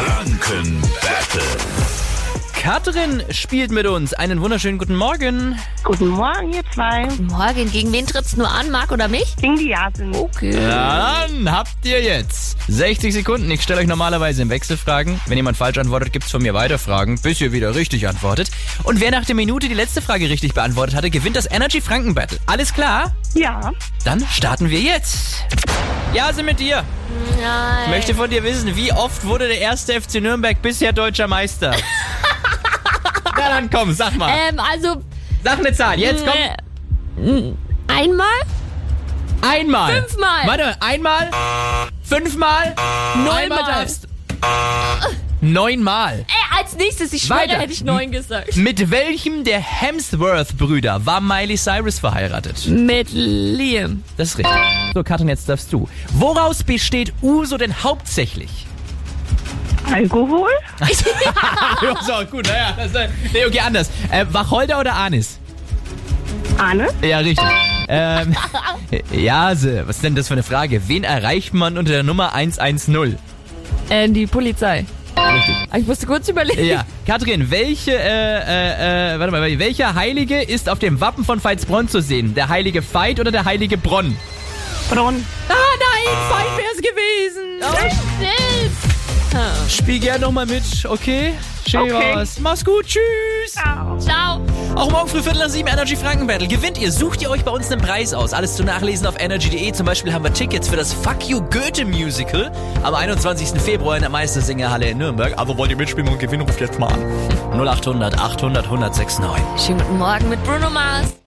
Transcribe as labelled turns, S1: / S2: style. S1: Franken Battle.
S2: Katrin spielt mit uns. Einen wunderschönen guten Morgen.
S3: Guten Morgen, ihr zwei.
S4: Morgen, gegen wen tritt's nur an, Marc oder mich?
S3: Gegen die Jasin.
S4: Okay.
S2: Dann habt ihr jetzt 60 Sekunden. Ich stelle euch normalerweise im Wechsel Fragen. Wenn jemand falsch antwortet, gibt's von mir weiter Fragen, bis ihr wieder richtig antwortet. Und wer nach der Minute die letzte Frage richtig beantwortet hatte, gewinnt das Energy Franken Battle. Alles klar?
S3: Ja.
S2: Dann starten wir jetzt. Ja, sind mit dir.
S4: Nein.
S2: Möchte von dir wissen, wie oft wurde der erste FC Nürnberg bisher deutscher Meister? Na dann komm, sag mal.
S4: Ähm, also.
S2: Sag eine Zahl. Jetzt komm.
S4: äh, mh, Einmal?
S2: Einmal.
S4: Fünfmal.
S2: Warte, mal, einmal. Fünfmal. Neunmal. Darfst. Neunmal.
S4: Ey, als nächstes, ich schwöre,
S2: Weiter.
S4: hätte ich neun gesagt.
S2: Mit welchem der Hemsworth-Brüder war Miley Cyrus verheiratet?
S4: Mit Liam.
S2: Das ist richtig. So, Katrin, jetzt darfst du. Woraus besteht Uso denn hauptsächlich?
S3: Alkohol?
S2: ja, so, gut, naja. das, äh, Nee, okay, anders. Äh, Wacholder oder Anis?
S3: Anne?
S2: Ja, richtig. Ähm, Jase, was ist denn das für eine Frage? Wen erreicht man unter der Nummer 110?
S4: Äh, die Polizei. Ah, Ich musste kurz überlegen.
S2: Ja, Katrin, welche, äh, äh, äh, warte mal, welcher Heilige ist auf dem Wappen von Veitsbronn zu sehen? Der heilige Veit oder der heilige Bronn?
S3: Bronn?
S4: Ah, nein, fein wär's gewesen. Oh,
S2: Spiel gern nochmal mit, okay? Schön
S3: Okay.
S2: war's. Mach's gut, tschüss.
S3: Au.
S4: Ciao.
S2: Auch morgen früh Viertel nach sieben Energy Franken Battle. Gewinnt ihr, sucht ihr euch bei uns einen Preis aus. Alles zu nachlesen auf energy.de. Zum Beispiel haben wir Tickets für das Fuck You Goethe Musical am 21. Februar in der Meistersingerhalle in Nürnberg. Aber wollt ihr mitspielen und gewinnen, ruft jetzt mal an. 0800 800 1069.
S4: Schönen guten Morgen mit Bruno Mars.